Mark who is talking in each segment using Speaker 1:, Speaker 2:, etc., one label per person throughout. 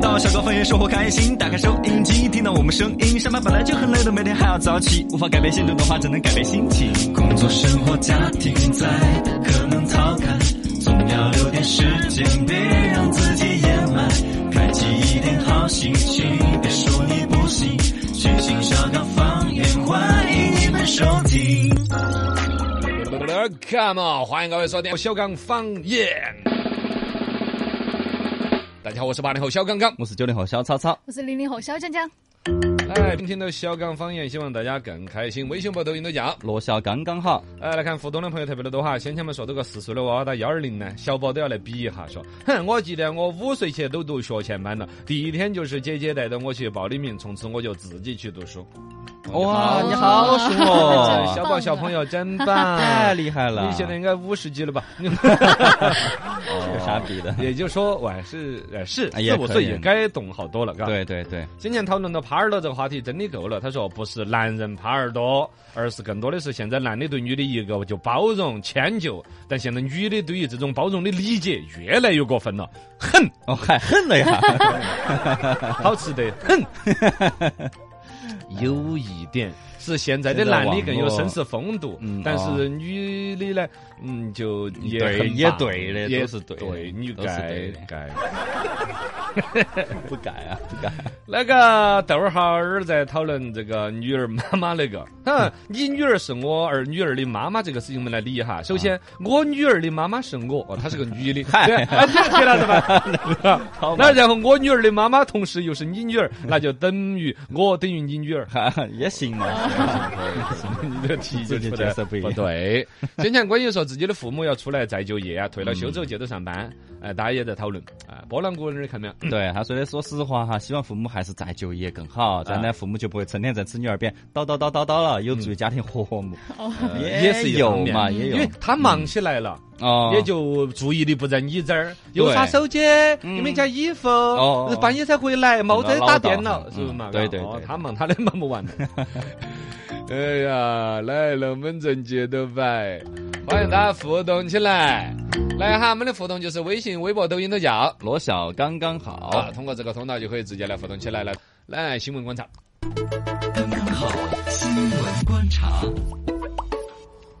Speaker 1: 到小高方言生活开心，打开收音机，听到我们声音。上班本来就很累的，每天还要早起，无法改变现状的话，只能改变心情。工作、生活、家庭在，可能逃开，总要留点时间，别让自己掩埋。开启一点好心情，别说你不行，全新小高方言，欢迎你们收听。
Speaker 2: Come on，欢迎各位收听小刚方言。大家好，我是八零后小刚刚。
Speaker 1: 我是九零后小草草，
Speaker 3: 我是零零后小江江，
Speaker 2: 哎，听到小刚方言，希望大家更开心。微信、微博、抖音都叫。
Speaker 1: 落下刚刚好。
Speaker 2: 哎，来看互动的朋友特别的多哈。先前我们说到个四岁的娃娃到幺二零呢，小宝都要来比一下，说：哼，我记得我五岁前都读学前班了，第一天就是姐姐带着我去报的名，从此我就自己去读书。
Speaker 1: 哇，
Speaker 3: 你
Speaker 1: 你好
Speaker 3: 好
Speaker 1: 熟
Speaker 2: 哎
Speaker 1: 哦，
Speaker 2: 小宝小朋友真棒，
Speaker 1: 太厉害了！
Speaker 2: 你现在应该五十级了吧？
Speaker 1: 是个傻逼的。
Speaker 2: 也就是说，晚是呃是
Speaker 1: 哎
Speaker 2: 四
Speaker 1: 也
Speaker 2: 五
Speaker 1: 可
Speaker 2: 岁
Speaker 1: 以
Speaker 2: 也该懂好多了，嘎。
Speaker 1: 对对对，
Speaker 2: 今年讨论到耙耳朵这个话题，真的够了。他说，不是男人耙耳朵，而是更多的是现在男的对女的一个就包容迁就，但现在女的对于这种包容的理解越来越过 分了，狠，
Speaker 1: 哦，还恨了 呀！
Speaker 2: 好吃的很。有一点是现在的男的更有绅士风度，
Speaker 1: 嗯
Speaker 2: 但是女的呢，嗯，就也
Speaker 1: 对
Speaker 2: 很
Speaker 1: 也
Speaker 2: 棒
Speaker 1: 对的
Speaker 2: 也
Speaker 1: 都是对的
Speaker 2: 对，你
Speaker 1: 都是
Speaker 2: 该
Speaker 1: 对的
Speaker 2: 该。
Speaker 1: 不改啊，不改。
Speaker 2: 那个豆儿哈儿在讨论这个女儿妈妈那个，哼，你女儿是我儿女儿的妈妈这个事情，我们来理一下。首先，我女儿的妈妈是我，哦，她是个女的，
Speaker 1: 嗨
Speaker 2: 对， 啊，你给她是吧？那然后我女儿的妈妈同时又是你女儿，那就等于我等于你女儿。
Speaker 1: 哈 也行嘛，
Speaker 2: 你这个题就
Speaker 1: 最近
Speaker 2: 出
Speaker 1: 角
Speaker 2: 来
Speaker 1: 色不一样
Speaker 2: 对。先前关于说自己的父母要出来再就业啊，退了休之后接着上班，哎、大家也在讨论啊。波浪鼓那儿看
Speaker 4: 哎
Speaker 2: 没有？
Speaker 1: 对，他说的，说实话哈，希望父母还是再就业更好，这样呢，父母就不会成天在子女耳边叨叨叨叨叨了，有助于家庭和 睦。
Speaker 2: 呃
Speaker 1: 哦也
Speaker 2: 是一方
Speaker 1: 有
Speaker 2: 面
Speaker 1: 嘛，也
Speaker 2: 因
Speaker 1: 有
Speaker 2: 为他忙起来了。
Speaker 1: 哦，
Speaker 2: 也就注意力不在你这儿，又
Speaker 1: 对
Speaker 2: 刷手机，你没件衣服，
Speaker 1: 哦
Speaker 2: 半夜才回来，猫在打电脑，
Speaker 1: 嗯
Speaker 2: 是不是嘛？
Speaker 1: 对对
Speaker 2: 哦
Speaker 1: 对
Speaker 2: 他忙他的忙不完 的。哎呀，来了，我们正节的摆，欢迎大家互动起来。来哈，我们的互动就是微信、微博、抖音都叫。
Speaker 1: 罗小刚刚好
Speaker 2: 啊，。通过这个通道就可以直接来互动起来了。来，新闻观察。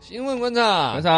Speaker 2: 新闻观察，
Speaker 1: 晚
Speaker 2: 新闻观察。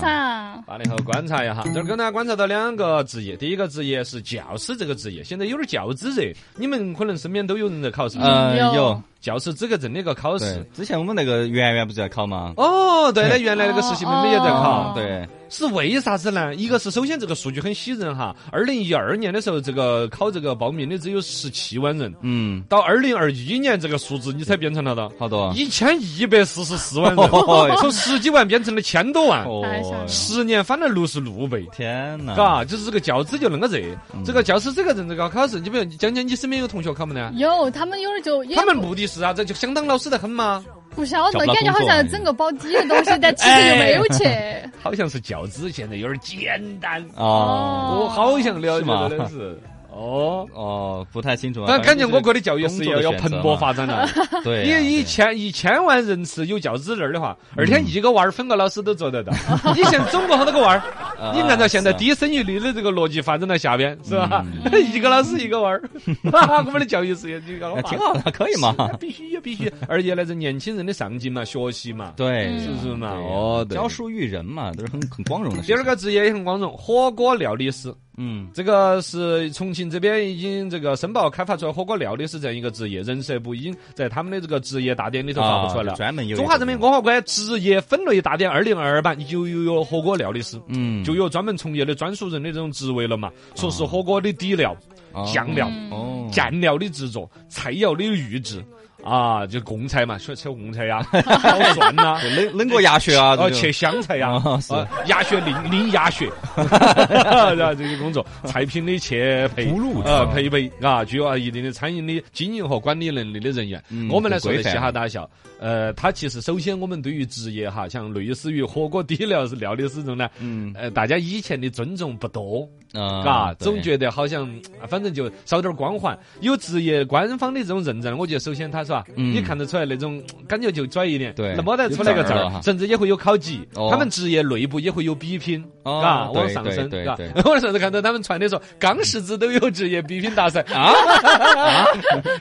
Speaker 1: 上，
Speaker 3: 上
Speaker 2: 八零后观察一 下，这儿跟大家观察到两个职业，第一个职业是教师这个职业，现在有点教资热，你们可能身边都有人在考试，
Speaker 1: 嗯，
Speaker 3: 有
Speaker 1: 有。
Speaker 2: 教师资格证的一个考
Speaker 1: 对
Speaker 2: 试。，
Speaker 1: 之前我们那个圆圆不是在考吗？
Speaker 2: 哦，对了，原来那个实习妹妹也在考，
Speaker 3: 哦
Speaker 1: 对，
Speaker 2: 是为啥子呢？一个是首先这个数据很喜人哈，二零一二年的时候，这个考这个报名的只有十七万人，
Speaker 1: 嗯，
Speaker 2: 到二零二一年这个数字你才变成了的
Speaker 1: 好多。
Speaker 2: 一千一百四十四万人，
Speaker 1: 哦
Speaker 2: 从十几万变成了千多万，
Speaker 3: 太吓人了
Speaker 2: 十年翻了六十六倍。
Speaker 1: 天哪！
Speaker 2: 嘎，就是这个教资就恁个热，这个教师这个人这个考试，你比如讲讲你身边有同学考没呢？
Speaker 3: 有他们有人就也
Speaker 2: 他们目的是啥啊子？就想当老师得很吗？
Speaker 3: 不晓
Speaker 1: 找不
Speaker 3: 得，
Speaker 1: 到
Speaker 3: 感觉好
Speaker 1: 工作
Speaker 3: 像整个保底的东西，但其实又没有去。
Speaker 1: 哎
Speaker 2: 好像是教资现在有点简单，
Speaker 1: 哦
Speaker 2: 我好像了
Speaker 1: 是
Speaker 2: 解
Speaker 1: 吗
Speaker 2: 到的是哦。
Speaker 1: 哦，不太清楚啊。
Speaker 2: 但感觉我
Speaker 1: 就是
Speaker 2: 国的教育事业要蓬勃发展 了。
Speaker 1: 对啊，
Speaker 2: 你一
Speaker 1: 对
Speaker 2: 千一千万人次有教资证的话，二天一个娃儿分个老师都做 得到。你现在中国好多个娃儿，
Speaker 1: 啊
Speaker 2: 你按照现在
Speaker 1: 是
Speaker 2: 低生育率的这个逻辑发展到下边，是吧？ 一个老师一个娃儿，哈哈我们的教育事业就搞
Speaker 1: 哎
Speaker 2: 得
Speaker 1: 挺好 的，可以嘛？
Speaker 2: 必须啊呀，必须！而且那是年轻人的上进嘛，学习嘛，
Speaker 1: 对，
Speaker 2: 是不是嘛？
Speaker 1: 对呀
Speaker 2: 哦，对
Speaker 1: 教。书育人嘛，都是很很光荣的事
Speaker 2: 第
Speaker 1: 情。
Speaker 2: 二个职业也很光荣，火锅料理师。
Speaker 1: 嗯，
Speaker 2: 这个是重庆这边已经这个申报开发出来火锅料理师这样一个职业，人社部已经在他们的这个职业大典里头发布出来
Speaker 1: 啊
Speaker 2: 了。
Speaker 1: 专门有
Speaker 2: 中华人民
Speaker 1: 国，
Speaker 2: 共和国职业分类大典二零二二版就有火锅料理师，
Speaker 1: 嗯，
Speaker 2: 就有专门从业的专属人的这种职位了嘛。说是火锅的底料、
Speaker 1: 哦
Speaker 2: 酱料、
Speaker 1: 哦，
Speaker 2: 蘸料的制作、菜肴的预制啊，就贡菜嘛，喜欢吃贡菜啊 呀、炒蒜呐、
Speaker 1: 就冷冷过鸭血啊，
Speaker 2: 哦，
Speaker 1: 这种
Speaker 2: 啊切香菜呀
Speaker 1: 哦，是
Speaker 2: 啊鸭血淋淋 鸭血，然后这些工作，菜品的切配
Speaker 1: 不入，
Speaker 2: 呃
Speaker 1: 啊
Speaker 2: 配备啊，具有一定的餐饮的经营和管理能力的人员
Speaker 1: 嗯。
Speaker 2: 我们来说
Speaker 1: 很
Speaker 2: 的
Speaker 1: 规
Speaker 2: 嘻
Speaker 1: 范
Speaker 2: 哈大笑，呃，他其实首先我们对于职业哈，像类似于火锅底料是料理师这种呢，
Speaker 1: 嗯啊
Speaker 2: 呃，大家以前的尊重不多，
Speaker 4: 嗯，
Speaker 2: 嘎，
Speaker 4: 对
Speaker 2: 总觉得好像啊反正就少点光环。有职业官方的这种认证，我觉得首先他是吧，
Speaker 4: 嗯
Speaker 2: 你看得出来那种感觉就拽一点，
Speaker 4: 对
Speaker 2: 那么得出来个证
Speaker 4: 有证儿了哈
Speaker 2: 儿，甚至也会有考级。
Speaker 4: 哦
Speaker 2: 他们职业内部也会有比拼，
Speaker 4: 哦
Speaker 2: 嘎，
Speaker 4: 对
Speaker 2: 往上升，
Speaker 4: 对对
Speaker 2: 嘎
Speaker 4: 对。
Speaker 2: 我上次看到他们传的说，钢石子都有职业比拼大赛啊
Speaker 4: 啊，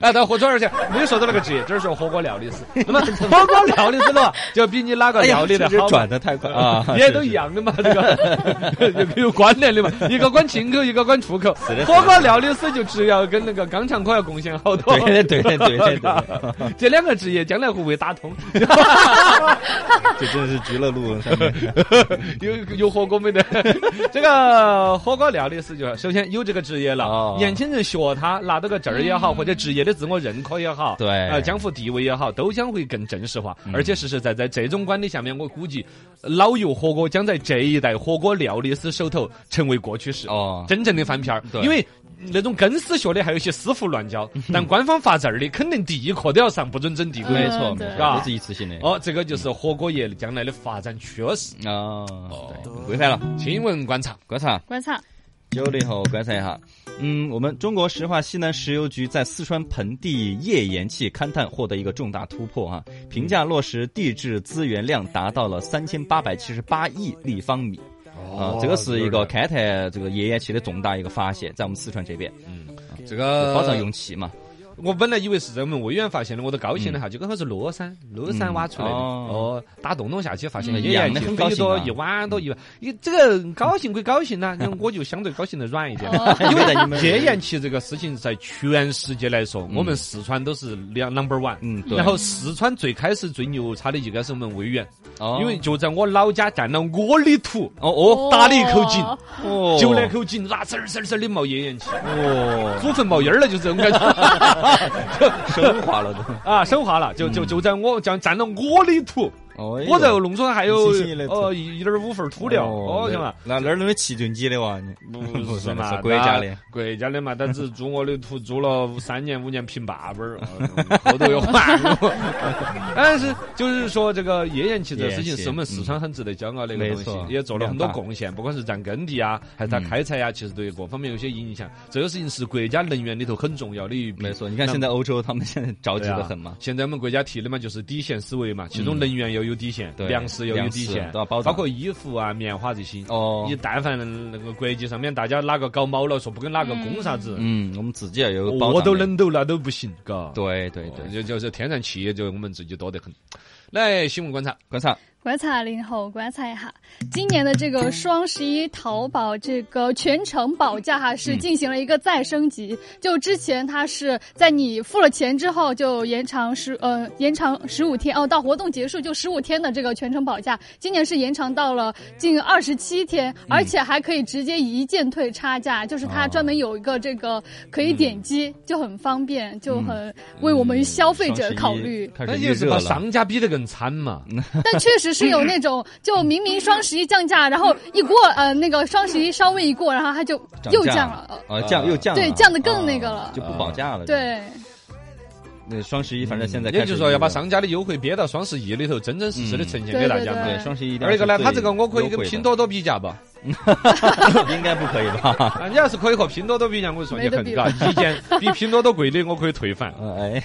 Speaker 2: 啊，到火锅而去，没有说到那个职业，只是说火锅料理师。那么火锅料理师了，就比你哪个
Speaker 4: 哎呀
Speaker 2: 料理的
Speaker 4: 这
Speaker 2: 好
Speaker 4: 转的太 快啊，
Speaker 2: 也都一样的嘛，这 个有有关联的嘛，一个管进口，一个管出口。火锅料理师就只要跟那个肛肠科要贡献好多。
Speaker 4: 对对对对对对，
Speaker 2: 这两个职业将来会不会打通？
Speaker 4: 这真是极乐路上 面。
Speaker 2: 有有火锅没得？ 这个火锅料理师就首先有这个职业了
Speaker 4: 哦，
Speaker 2: 年轻人学他拿到个证儿也好，或者职业的自我认可也好，
Speaker 4: 对嗯
Speaker 2: 呃，江湖地位也好，都将会更正式化。而且实实在在这种管理下面，我估计老油火锅将在这一代火锅料理师手头成为过去式。
Speaker 4: 哦，
Speaker 2: 真正的翻篇儿，
Speaker 4: 对嗯
Speaker 2: 因为。那种跟师学的还有些私服乱教，但官方发证儿的肯定第一课都要上不准整地
Speaker 4: 没
Speaker 2: 规。
Speaker 4: 错，
Speaker 3: 嗯
Speaker 4: 没
Speaker 3: 对
Speaker 4: 错都是一次性的。
Speaker 2: 哦，这个就是火锅业将来的发展趋势。
Speaker 4: 哦，对，回来了，
Speaker 2: 新闻观察，
Speaker 4: 观察
Speaker 3: 观察，
Speaker 4: 九零后观察一下。嗯，我们中国石化西南石油局在四川盆地页岩气勘探获得一个重大突破啊，评价落实地质资源量达到了三千八百七十八亿立方米
Speaker 2: 哦
Speaker 4: 啊，这个是一个勘探这个页岩气的重大一个发现，在我们四川这边，
Speaker 2: 这
Speaker 4: 就
Speaker 2: 个
Speaker 4: 保障。用 气嘛。
Speaker 2: 我本来以为是人文委员发现的，我都高兴了哈，就刚好是乐山，乐山挖出来的。
Speaker 4: 嗯
Speaker 2: 哦
Speaker 4: 哦，
Speaker 2: 打洞洞下去发现哎
Speaker 4: 嗯
Speaker 2: 也
Speaker 4: 一样
Speaker 2: 也
Speaker 4: 的很
Speaker 2: 飞
Speaker 4: 高
Speaker 2: 机
Speaker 4: 兴
Speaker 2: 多
Speaker 4: 啊
Speaker 2: 一碗多一碗，你哎这个高兴归高兴 呢，那我就相对高兴的软一点。
Speaker 3: 哦，
Speaker 2: 因为页岩气这个事情，在全世界来说，我们四川都是两 number one。
Speaker 4: 嗯，对。
Speaker 2: 然后四川最开始最牛叉的应该是我们威远，
Speaker 4: 哦，
Speaker 2: 因为就在我老家占了我的土，
Speaker 4: 哦哦
Speaker 2: 打了一口井，
Speaker 4: 哦
Speaker 2: 就那口井那呲儿呲儿呲儿的冒页岩气，
Speaker 4: 哦，
Speaker 2: 祖坟冒烟儿了，就是这种感 觉
Speaker 4: 升华了都。
Speaker 2: 啊，手化了，就就
Speaker 4: 嗯
Speaker 2: 就在我占占了我的土，
Speaker 4: 哦
Speaker 2: 我在农村还有
Speaker 4: 新鲜一类土
Speaker 2: 呃一一点五份儿土料，哦，行吧。
Speaker 4: 那那儿弄的气就你的哇，你
Speaker 2: 不是嘛，
Speaker 4: 是国家的
Speaker 2: 那，国家的嘛，他只租我的图租了三年五年平八本儿，哦后头又还我。但是就是说，这个页岩气这事情是我们四川很值得骄傲的一个东
Speaker 4: 嗯没
Speaker 2: 西
Speaker 4: 错，
Speaker 2: 也做了很多
Speaker 4: 量大嗯
Speaker 2: 贡献，不管是占耕地啊，还是它开采呀，其实对各方面有些影响。这个事情是国家能源里头很重要的一笔。
Speaker 4: 没错。你看现在欧洲他们现在着急
Speaker 2: 对啊
Speaker 4: 的很嘛，
Speaker 2: 现在我们国家提的嘛，就是底线思维嘛，其中
Speaker 4: 嗯
Speaker 2: 能源要有底线，
Speaker 4: 对
Speaker 2: 粮食要有
Speaker 4: 粮
Speaker 2: 底
Speaker 4: 食
Speaker 2: 线，
Speaker 4: 都要保
Speaker 2: 包
Speaker 4: 障
Speaker 2: 括衣服啊、棉花这些。
Speaker 4: 哦
Speaker 2: 你但凡那个国际上面大家哪个搞毛了，说不跟哪个攻啥子，
Speaker 4: 嗯，我们自己要有保
Speaker 2: 我
Speaker 4: 障
Speaker 2: 都
Speaker 4: 的。
Speaker 2: 冷抖了都不行，嘎。哦
Speaker 4: 对对对，
Speaker 2: 就就是天然气，就我们自己多得很。来，新闻观察，
Speaker 4: 观察
Speaker 3: 观察零后观察一下，今年的这个双十一淘宝这个全程保价哈是进行了一个再升级，就之前它是在你付了钱之后就延长十呃延长十五天哦，到活动结束就十五天的这个全程保价，今年是延长到了近二十七天，而且还可以直接一键退差价，就是它
Speaker 4: 哦
Speaker 3: 专门有一个这个可以点击，就很方便，就很为我们消费者考虑。，
Speaker 4: 双
Speaker 2: 那
Speaker 4: 十一
Speaker 2: 就
Speaker 4: 开
Speaker 2: 是
Speaker 4: 始
Speaker 2: 把
Speaker 4: 预热了。嗯
Speaker 2: 商家逼得更惨嘛。
Speaker 3: 但确实是有那种， 就明明双十一降价，然后一过呃那个双十一稍微一过，然后它就又降了，
Speaker 4: 啊，降又降了，哦
Speaker 3: 对，降的更那个了，
Speaker 4: 就不保价了。，
Speaker 3: 对，
Speaker 4: 那双十一反正现在
Speaker 2: 嗯也
Speaker 4: 开
Speaker 2: 就是
Speaker 4: 始
Speaker 2: 说，要把
Speaker 4: 预热了
Speaker 2: 商家的优惠憋到双十一里头，真真实实的呈现
Speaker 3: 嗯
Speaker 2: 给大家嘛。
Speaker 3: 对
Speaker 4: 对双十一一定
Speaker 2: 二
Speaker 4: 要
Speaker 2: 一个呢，
Speaker 4: 是
Speaker 2: 他这个我可以
Speaker 4: 最优
Speaker 2: 跟
Speaker 4: 惠的
Speaker 2: 拼多多比价吧。
Speaker 4: 应该不可以 吧？
Speaker 2: 啊，你要是可以和拼多多比价，我跟你说你
Speaker 3: 没得
Speaker 2: 很
Speaker 3: 比
Speaker 2: 嘎
Speaker 3: 了，
Speaker 2: 一件比拼多多贵的我可以退返。
Speaker 4: 哎，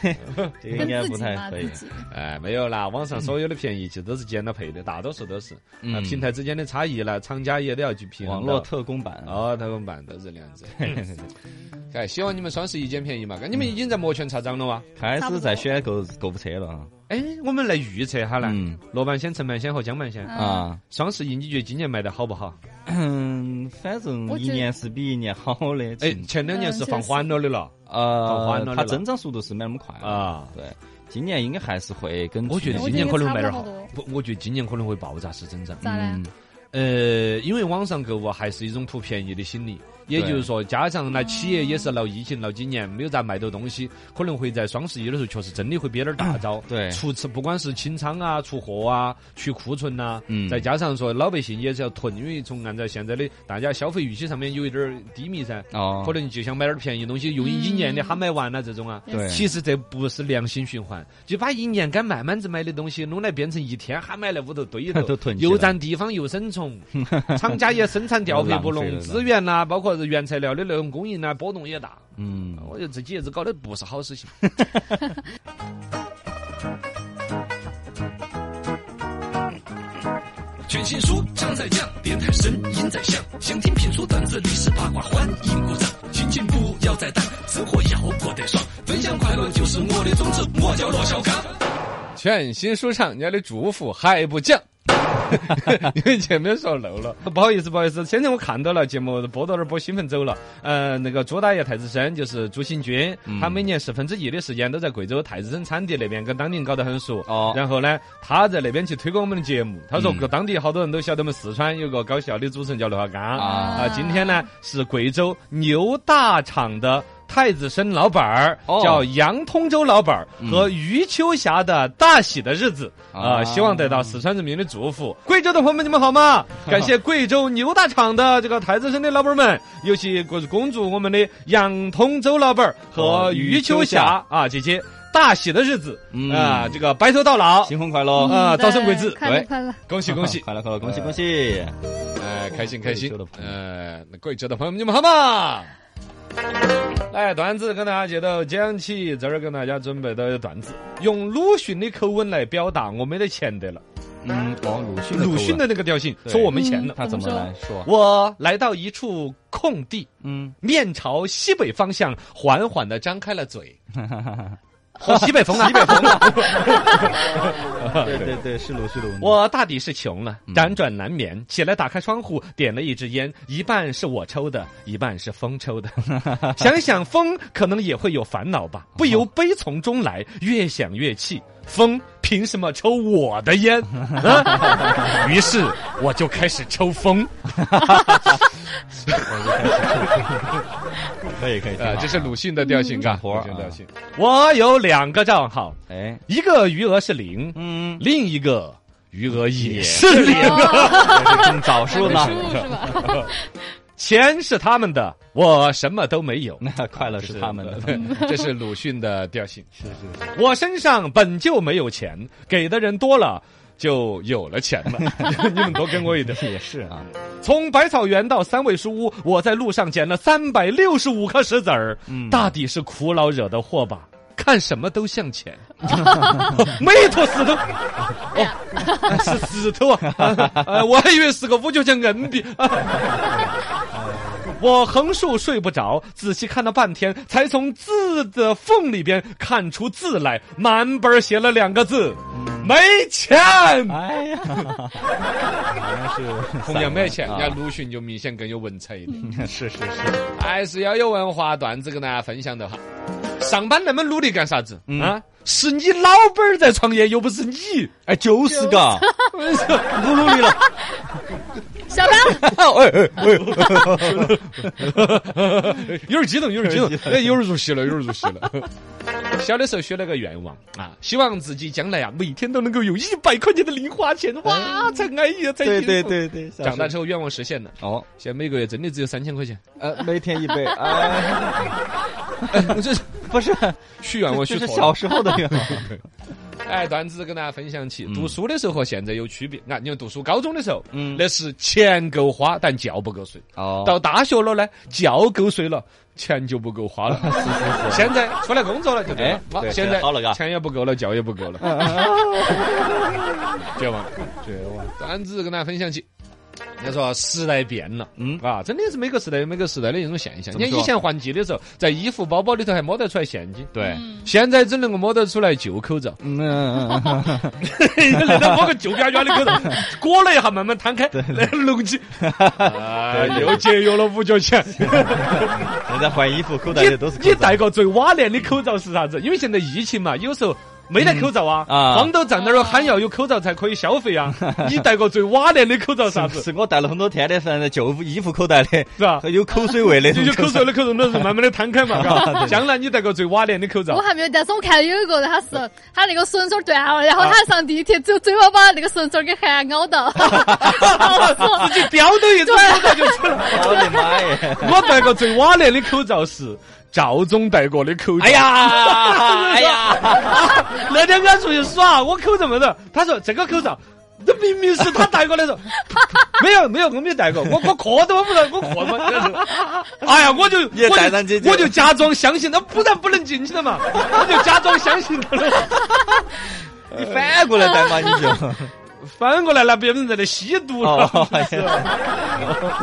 Speaker 4: 这个应该
Speaker 3: 跟自
Speaker 4: 不
Speaker 3: 己嘛
Speaker 4: 太可
Speaker 3: 自
Speaker 4: 以。
Speaker 3: 己，
Speaker 2: 哎，没有啦，网上所有的便宜其实都是捡了赔的，大多数都是。
Speaker 4: 嗯
Speaker 2: 啊，平台之间的差异呢，厂家也都要去平衡
Speaker 4: 网
Speaker 2: 到。
Speaker 4: 络特供版，
Speaker 2: 哦，他们办都是那样 子。哎，希望你们双十一捡便宜嘛！你们已经在摩拳擦掌了哇！
Speaker 4: 开始在选购购物车了啊
Speaker 2: 嗯哎，我们来预测一下呢
Speaker 4: 嗯。
Speaker 2: 罗半仙、陈半仙和江半仙，
Speaker 3: 嗯
Speaker 4: 啊。
Speaker 2: 双十一你觉得今年卖的好不好？
Speaker 4: 嗯，反正
Speaker 3: 我
Speaker 4: 一
Speaker 3: 觉得
Speaker 4: 年是比一年好的。
Speaker 2: 哎
Speaker 4: 情，
Speaker 2: 前两年是
Speaker 3: 嗯
Speaker 2: 放缓了的了放缓了，
Speaker 4: 呃它
Speaker 2: 对吧
Speaker 4: 增长速度是没那么快的。
Speaker 2: 啊！
Speaker 4: 对，今年应该还是会跟
Speaker 2: 我觉得
Speaker 3: 我
Speaker 2: 今年
Speaker 4: 去年
Speaker 2: 可能卖点
Speaker 3: 差
Speaker 2: 好
Speaker 3: 不多，
Speaker 2: 不，我觉得今年可能会爆炸式增长。
Speaker 3: 咋
Speaker 4: 嗯
Speaker 3: 了？
Speaker 2: 呃，因为网上购物还是一种图便宜的心理，也就是说，加上那企业也是闹疫情闹几年，没有咋卖到东西，可能会在双十一的时候确实真的会憋点儿大招。
Speaker 4: 嗯对
Speaker 2: 出次不管是清仓啊、出货啊、去库存呐、
Speaker 4: 嗯
Speaker 2: 再加上说老百姓也是要囤，因为从按照现在的大家消费预期上面有一点儿低迷噻，
Speaker 4: 哦，
Speaker 2: 可能就想买点儿便宜东西，用一年的
Speaker 3: 嗯
Speaker 2: 哈买完了这种啊。
Speaker 4: 对，
Speaker 2: 其实这不是良性循环，就把一年该慢慢子买的东西弄来变成一天哈买来屋头堆一
Speaker 4: 都
Speaker 2: 堆，
Speaker 4: 囤积
Speaker 2: 又
Speaker 4: 了
Speaker 2: 占地方又生虫，厂家也生产调配不
Speaker 4: 浪费
Speaker 2: 拢，
Speaker 4: 了
Speaker 2: 资源呐、包括子原材料的那种供应呢波动也大，
Speaker 4: 嗯，
Speaker 2: 我觉得这几爷子搞的不是好事情。
Speaker 1: 全新书唱在讲，电台声音在响，想听评书段子、历史八卦，欢迎鼓掌。心情不要再淡，生活要过得爽，分享快乐就是我的宗旨。我叫罗小刚，
Speaker 2: 全新书厂家的祝福还不讲。 因为前面说漏了，不好意思，不好意思，现在我看到了节目播到那儿播兴奋走了。呃，那个朱大爷太子参就是朱新军，他每年十分之一的时间都在贵州太子参产地那边跟当地人搞得很熟。
Speaker 4: 哦
Speaker 2: 然后呢，他在那边去推广我们的节目，他说
Speaker 4: 嗯
Speaker 2: 各当地好多人都晓得我们四川有个搞笑的主持人叫刘浩刚
Speaker 4: 啊
Speaker 2: 啊。今天呢是贵州牛大厂的。太子参老板儿
Speaker 4: 哦
Speaker 2: 叫杨通州老板儿和余秋霞的大喜的日子嗯啊、
Speaker 4: 啊
Speaker 2: 希望得到四川人民的祝福。贵州的朋友们，你们好 吗？感谢贵州牛大厂的这个太子参的老板们，尤其恭恭祝我们的杨通州老板儿和
Speaker 4: 和
Speaker 2: 余
Speaker 4: 余
Speaker 2: 秋
Speaker 4: 秋
Speaker 2: 霞
Speaker 4: 霞
Speaker 2: 啊姐姐大喜的日子啊、
Speaker 4: 嗯
Speaker 2: 这个白头到老，
Speaker 4: 新婚快乐，
Speaker 2: 啊
Speaker 3: 对
Speaker 2: 早生贵子
Speaker 3: 快乐快乐，
Speaker 2: 恭喜恭喜！
Speaker 4: 嗯快乐快乐，恭喜恭喜！
Speaker 2: 哎，开心开心
Speaker 4: 贵州的！朋友
Speaker 2: 呃，那贵州的朋友们，你们好嘛？来，段子跟大家接着讲起，这儿跟大家准备的段子，用鲁迅的口吻来表达我没得钱得了，
Speaker 4: 嗯，王鲁迅的
Speaker 2: 鲁迅
Speaker 4: 口吻
Speaker 2: 的那个调性，
Speaker 4: 对嗯
Speaker 2: 说我没钱了。
Speaker 4: 他怎么来说？
Speaker 2: 我来到一处空地，
Speaker 4: 嗯，
Speaker 2: 面朝西北方向，缓缓的张开了 嘴。喝西北风啊！西北风
Speaker 4: 对对对，是鲁迅鲁。
Speaker 2: 我大抵是穷了，辗转难眠，起来打开窗户，点了一支烟，一半是我抽的，一半是风抽 的。想想风可能也会有烦恼吧，不由悲从中来，越想越气。风凭什么抽我的 烟？啊、于是我就开始抽风。
Speaker 4: 可以可以，
Speaker 2: 啊，
Speaker 4: 挺好
Speaker 2: 这是鲁迅的调性，干
Speaker 4: 活儿
Speaker 2: 鲁迅的调
Speaker 4: 啊
Speaker 2: 性。嗯我有两个账号，
Speaker 4: 哎，
Speaker 2: 一个余额是零，
Speaker 4: 嗯，
Speaker 2: 另一个余额也是零，
Speaker 3: 哦
Speaker 4: 正找数 呢，
Speaker 3: 树是吧？
Speaker 2: 钱是他们的，我什么都没有。
Speaker 4: 那快乐是嗯他们的。
Speaker 2: 对， 这是鲁迅的调性。
Speaker 4: 是是是，
Speaker 2: 我身上本就没有钱，给的人多了。就有了钱了， 你们多给我一点。
Speaker 4: 也是啊，
Speaker 2: 从百草园到三味书屋，我在路上捡了三百六十五颗石子儿，
Speaker 4: 嗯
Speaker 2: 大抵是苦恼惹的祸吧。看什么都像 钱，没坨石 头，哦，是石头啊！ 呃我还以为是个五角钱硬币。 我横竖睡不着，仔细看了半天，才从字的缝里边看出字来，满本儿写了两个字：没钱。啊
Speaker 4: 哎呀， 好像是
Speaker 2: 同样没钱，人
Speaker 4: 啊
Speaker 2: 家鲁迅就明显更有文采一点。
Speaker 4: 嗯是是是，
Speaker 2: 还是要有文化，段子跟大家分享的哈。上班那么努力干啥子、
Speaker 4: 嗯
Speaker 2: 啊？是你老板儿在创业，又不是你。
Speaker 4: 哎，就是嘎，不努力了，
Speaker 3: 下班了，
Speaker 2: 有点激动，有点激动，哎，有点入戏了，有点入戏了。 小的时候许了个愿望啊，希望自己将来啊每天都能够有一百块钱的零花钱，哇，才安逸啊，才
Speaker 4: 嗯对
Speaker 2: 幸
Speaker 4: 对
Speaker 2: 福。
Speaker 4: 对对，
Speaker 2: 长大之后愿望实现了，
Speaker 4: 哦，
Speaker 2: 现在每个月真的只有三千块钱。
Speaker 4: 呃，每天一杯，哎，
Speaker 2: 哎，我这是
Speaker 4: 不 是，
Speaker 2: 许愿望许
Speaker 4: 这是
Speaker 2: 错了
Speaker 4: 小。时候的 愿望，
Speaker 2: 哎，段子跟大家分享起，
Speaker 4: 嗯
Speaker 2: 读书的时候和现在有区别。啊，你看读书高中的时候，
Speaker 4: 嗯
Speaker 2: 那是钱够花，但觉不够睡。
Speaker 4: 哦
Speaker 2: 到大学了呢，觉够睡了，钱就不够花了。
Speaker 4: 哦
Speaker 2: 现在出来工作了就对了
Speaker 4: 哎，
Speaker 2: 哇
Speaker 4: 对
Speaker 2: 现在
Speaker 4: 好了嘎
Speaker 2: 钱也不够了，觉也不够了， 绝望绝望。段子跟大家分享起。人家说啊时代变了，
Speaker 4: 嗯
Speaker 2: 啊，真的是每个时代有每个时代的一种现象。
Speaker 4: 怎
Speaker 2: 你
Speaker 4: 么
Speaker 2: 看
Speaker 4: 说
Speaker 2: 以前换季的时候，在衣服、包包里头还摸得出来现金，
Speaker 4: 对，
Speaker 2: 现在只能够摸得出来旧口罩。
Speaker 4: 嗯嗯嗯嗯，
Speaker 2: 那他摸个旧边边的口罩，裹了一下，慢慢摊开，来隆 起，哎又节约了五角钱。
Speaker 4: 人家换衣服，口袋里都是
Speaker 2: 你你
Speaker 4: 口罩
Speaker 2: 戴个最瓦脸的口罩是啥子？因为现在疫情嘛，有时候。没得口罩啊！
Speaker 4: 嗯啊
Speaker 2: 黄豆站那儿喊要有口罩才可以消费 啊！你戴个最瓦脸的口罩啥子？
Speaker 4: 是我戴了很多天的，反正旧衣服口袋里
Speaker 2: 是吧？
Speaker 4: 有口水味的，
Speaker 2: 就就口水的口罩都是慢慢的摊开 嘛，嘎。将来你戴个最瓦脸的口
Speaker 3: 我
Speaker 2: 罩，
Speaker 3: 还没有，但是我看有一个人他是他那个绳索断了，啊然后他上地铁，只有嘴巴把那个绳索给还咬 到， 笑 死
Speaker 2: 自己叼都一只口罩就出来了。
Speaker 4: 我的哎妈耶！
Speaker 2: 我戴个最瓦脸的口罩是赵总戴过的口罩。
Speaker 4: 哎 呀，哎呀，
Speaker 2: 那天俺出去耍，我口罩没得，他说这个口罩，这明明是他戴过来的， 没有没有，我没有带过，我我课都不能，我课都，哎呀，我就
Speaker 4: 也
Speaker 2: 我就
Speaker 4: 带上去就
Speaker 2: 我就假装相信，那不然不能进去的嘛，我就假装相信他了。
Speaker 4: 你反过来带嘛，你就。
Speaker 2: 反过来了，别人在那吸毒了，哎
Speaker 4: 哦
Speaker 2: 是吧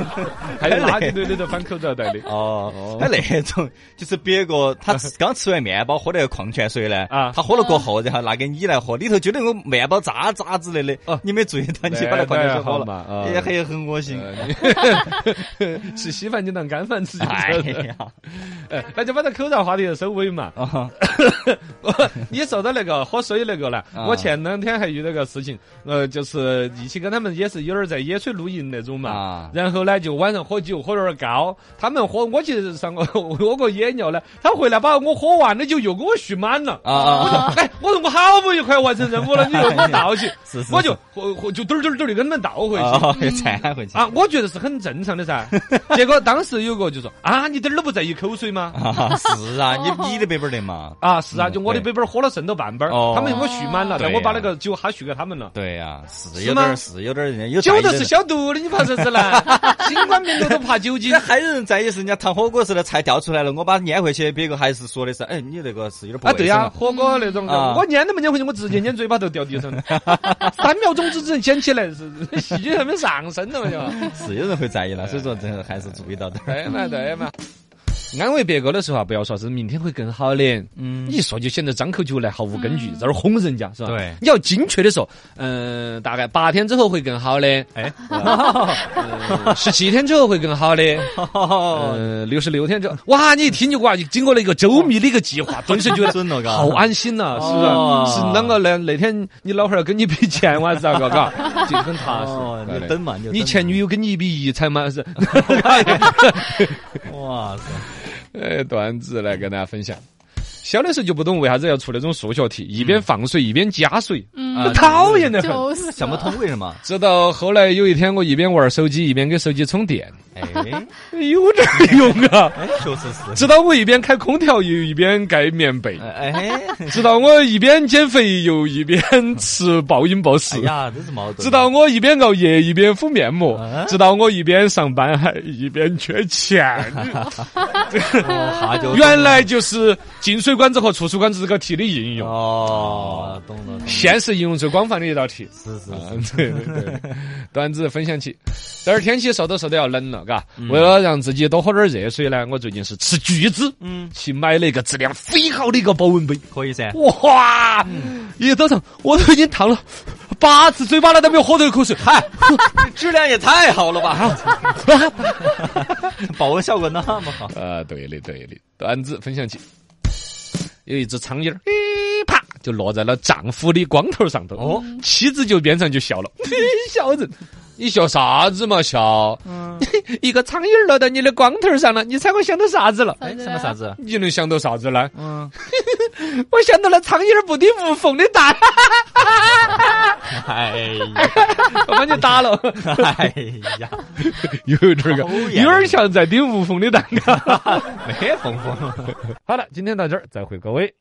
Speaker 2: 还有垃圾堆里头翻口罩袋的。
Speaker 4: 哦，哎，那种就是别个他吃刚吃完面包，喝那个矿泉水呢，
Speaker 2: 啊
Speaker 4: 他喝了过后，然后拿给你来喝，里头就那个面包渣渣之类的
Speaker 2: 哦，
Speaker 4: 你没注意到，你
Speaker 2: 那
Speaker 4: 就把那矿泉水
Speaker 2: 那
Speaker 4: 喝
Speaker 2: 好嘛啊
Speaker 4: 了，也很也很恶心。
Speaker 2: 吃稀饭就当干饭吃就
Speaker 4: 哎
Speaker 2: 得了。
Speaker 4: 呀，
Speaker 2: 哎，那就把这口罩话题收尾嘛。
Speaker 4: 啊，
Speaker 2: 你说到那个喝水那个呢，
Speaker 4: 啊
Speaker 2: 我前两天还遇到个事情，呃，就是一起跟他们也是有点儿在野炊露营那种
Speaker 4: 啊
Speaker 2: 嘛，然后呢就晚上喝酒喝点儿高，他们喝我去上个 屙个野尿呢，他回来把我喝完的酒又给我续满了。
Speaker 4: 啊啊，，
Speaker 2: 哎，我说我好不容易快完成任务了，你又给我倒起
Speaker 4: 是是
Speaker 2: 我就我我就嘟儿嘟儿嘟儿的跟他们倒回去。
Speaker 4: 啊， 又掺回去
Speaker 2: 啊，我觉得是很正常的 噻。结果当时有个就说啊，你点儿都不在意口水吗？
Speaker 4: 啊， 是啊，你你的背包得嘛？
Speaker 2: 啊，是啊，
Speaker 4: 嗯
Speaker 2: 就我的
Speaker 4: 对
Speaker 2: 杯杯儿喝了剩到半杯儿
Speaker 4: 哦，
Speaker 2: 他们给我续满了，
Speaker 4: 对
Speaker 2: 但我把那
Speaker 4: 呀
Speaker 2: 个酒哈续给他们了。
Speaker 4: 对呀，是
Speaker 2: 是
Speaker 4: 有点儿
Speaker 2: 吗
Speaker 4: 是有点儿人有
Speaker 2: 酒都
Speaker 4: 在意
Speaker 2: 是
Speaker 4: 的
Speaker 2: 消毒的，你怕啥子呢？ 新冠病毒都怕酒精
Speaker 4: 人家。还有人在意是人家烫火锅时的菜掉出来了，我把它撵回去，别个还是说的是，哎，你那个是有点不
Speaker 2: 啊，
Speaker 4: 卫生
Speaker 2: 对呀，火锅那种
Speaker 4: 啊
Speaker 2: 的，我撵都没撵回去，我直接撵嘴巴都掉地 上了，三秒钟之内捡起来是 细菌还没上升了嘛就。
Speaker 4: 是有人会在意了，所以说这个还是注意到的。
Speaker 2: 对嘛对嘛。哎安慰别个的时候啊，不要说是明天会更好的，
Speaker 4: 嗯
Speaker 2: 你一说就显得张口就来，毫无根据，在那儿哄人家是吧？
Speaker 4: 对
Speaker 2: 你要精确的说，嗯、大概八天之后会更好的， 呃
Speaker 4: 哎，
Speaker 2: 十七天之后会更好的， 呃，六十六天之后，哇，你一听就哇，你经过了一个周密的一个计划，顿时觉 得
Speaker 4: 准了嘎
Speaker 2: 好安心呐，是不
Speaker 4: 啊哦
Speaker 2: 是？是啷个呢？那天你老汉儿跟你比钱哇，是咋个 嘎？就很踏
Speaker 4: 哦
Speaker 2: 实。
Speaker 4: 你就等嘛你就等
Speaker 2: 你前女友跟你一比一才嘛是？
Speaker 4: 哇塞，
Speaker 2: 呃，段子来跟大家分享。小的时候就不懂为啥子要出那种数学题，一
Speaker 4: 嗯
Speaker 2: 边放水一边加水，啊
Speaker 3: 嗯，
Speaker 2: 讨厌得很。
Speaker 3: 就是
Speaker 4: 想不通为什么？
Speaker 2: 直到后来有一天，我一边玩手机一边给手机充电，
Speaker 4: 哎
Speaker 2: 有点儿用啊。
Speaker 4: 哎，确实是，
Speaker 2: 直到我一边开空调又一边盖棉被，
Speaker 4: 哎哎
Speaker 2: 直到我一边减肥又一边吃暴饮暴
Speaker 4: 哎
Speaker 2: 食，
Speaker 4: 呀，真是矛盾。
Speaker 2: 直到我一边熬夜一边敷面膜
Speaker 4: 啊，
Speaker 2: 直到我一边上班还一边缺钱。
Speaker 4: 哦哈就
Speaker 2: 原来就是进水管子和出水管子这个题的应用。
Speaker 4: 哦，懂了，懂了
Speaker 2: 现实应用最广泛的一道题。
Speaker 4: 是是
Speaker 2: 啊
Speaker 4: 是，，
Speaker 2: 对对 对，段子分享起。这儿天气说都说都要冷了，嘎。
Speaker 4: 嗯
Speaker 2: 为了让自己多喝点儿热水呢，我最近是吃橘子，
Speaker 4: 嗯，
Speaker 2: 去买了一个质量非好的一个保温杯。
Speaker 4: 可以噻。
Speaker 2: 哇！一早上我都已经烫了八次嘴巴了，都没有喝到口水。嗨，
Speaker 4: 质量也太好了吧！啊 保温效果那么好，
Speaker 2: 啊，对的对的，段子分享起。有一只苍蝇儿，咦啪就落在了丈夫的光头上头。
Speaker 4: 哦
Speaker 2: 哦，妻子就边上就笑了，小人，你笑啥子嘛笑？ 一个苍蝇儿落到你的光头上了，你猜我想到啥子了？
Speaker 4: 哎，什么啥 子？
Speaker 2: 你能想到啥子呢？
Speaker 4: 嗯，
Speaker 2: 我想到了苍蝇儿不听无缝的蛋，
Speaker 4: 哎呀，
Speaker 2: 我把你打了，
Speaker 4: 哎呀，
Speaker 2: 有点儿个，
Speaker 4: 讨厌
Speaker 2: 有点像在叮无缝的蛋糕。
Speaker 4: 没缝缝。
Speaker 2: 好了，今天到这儿，再会各位。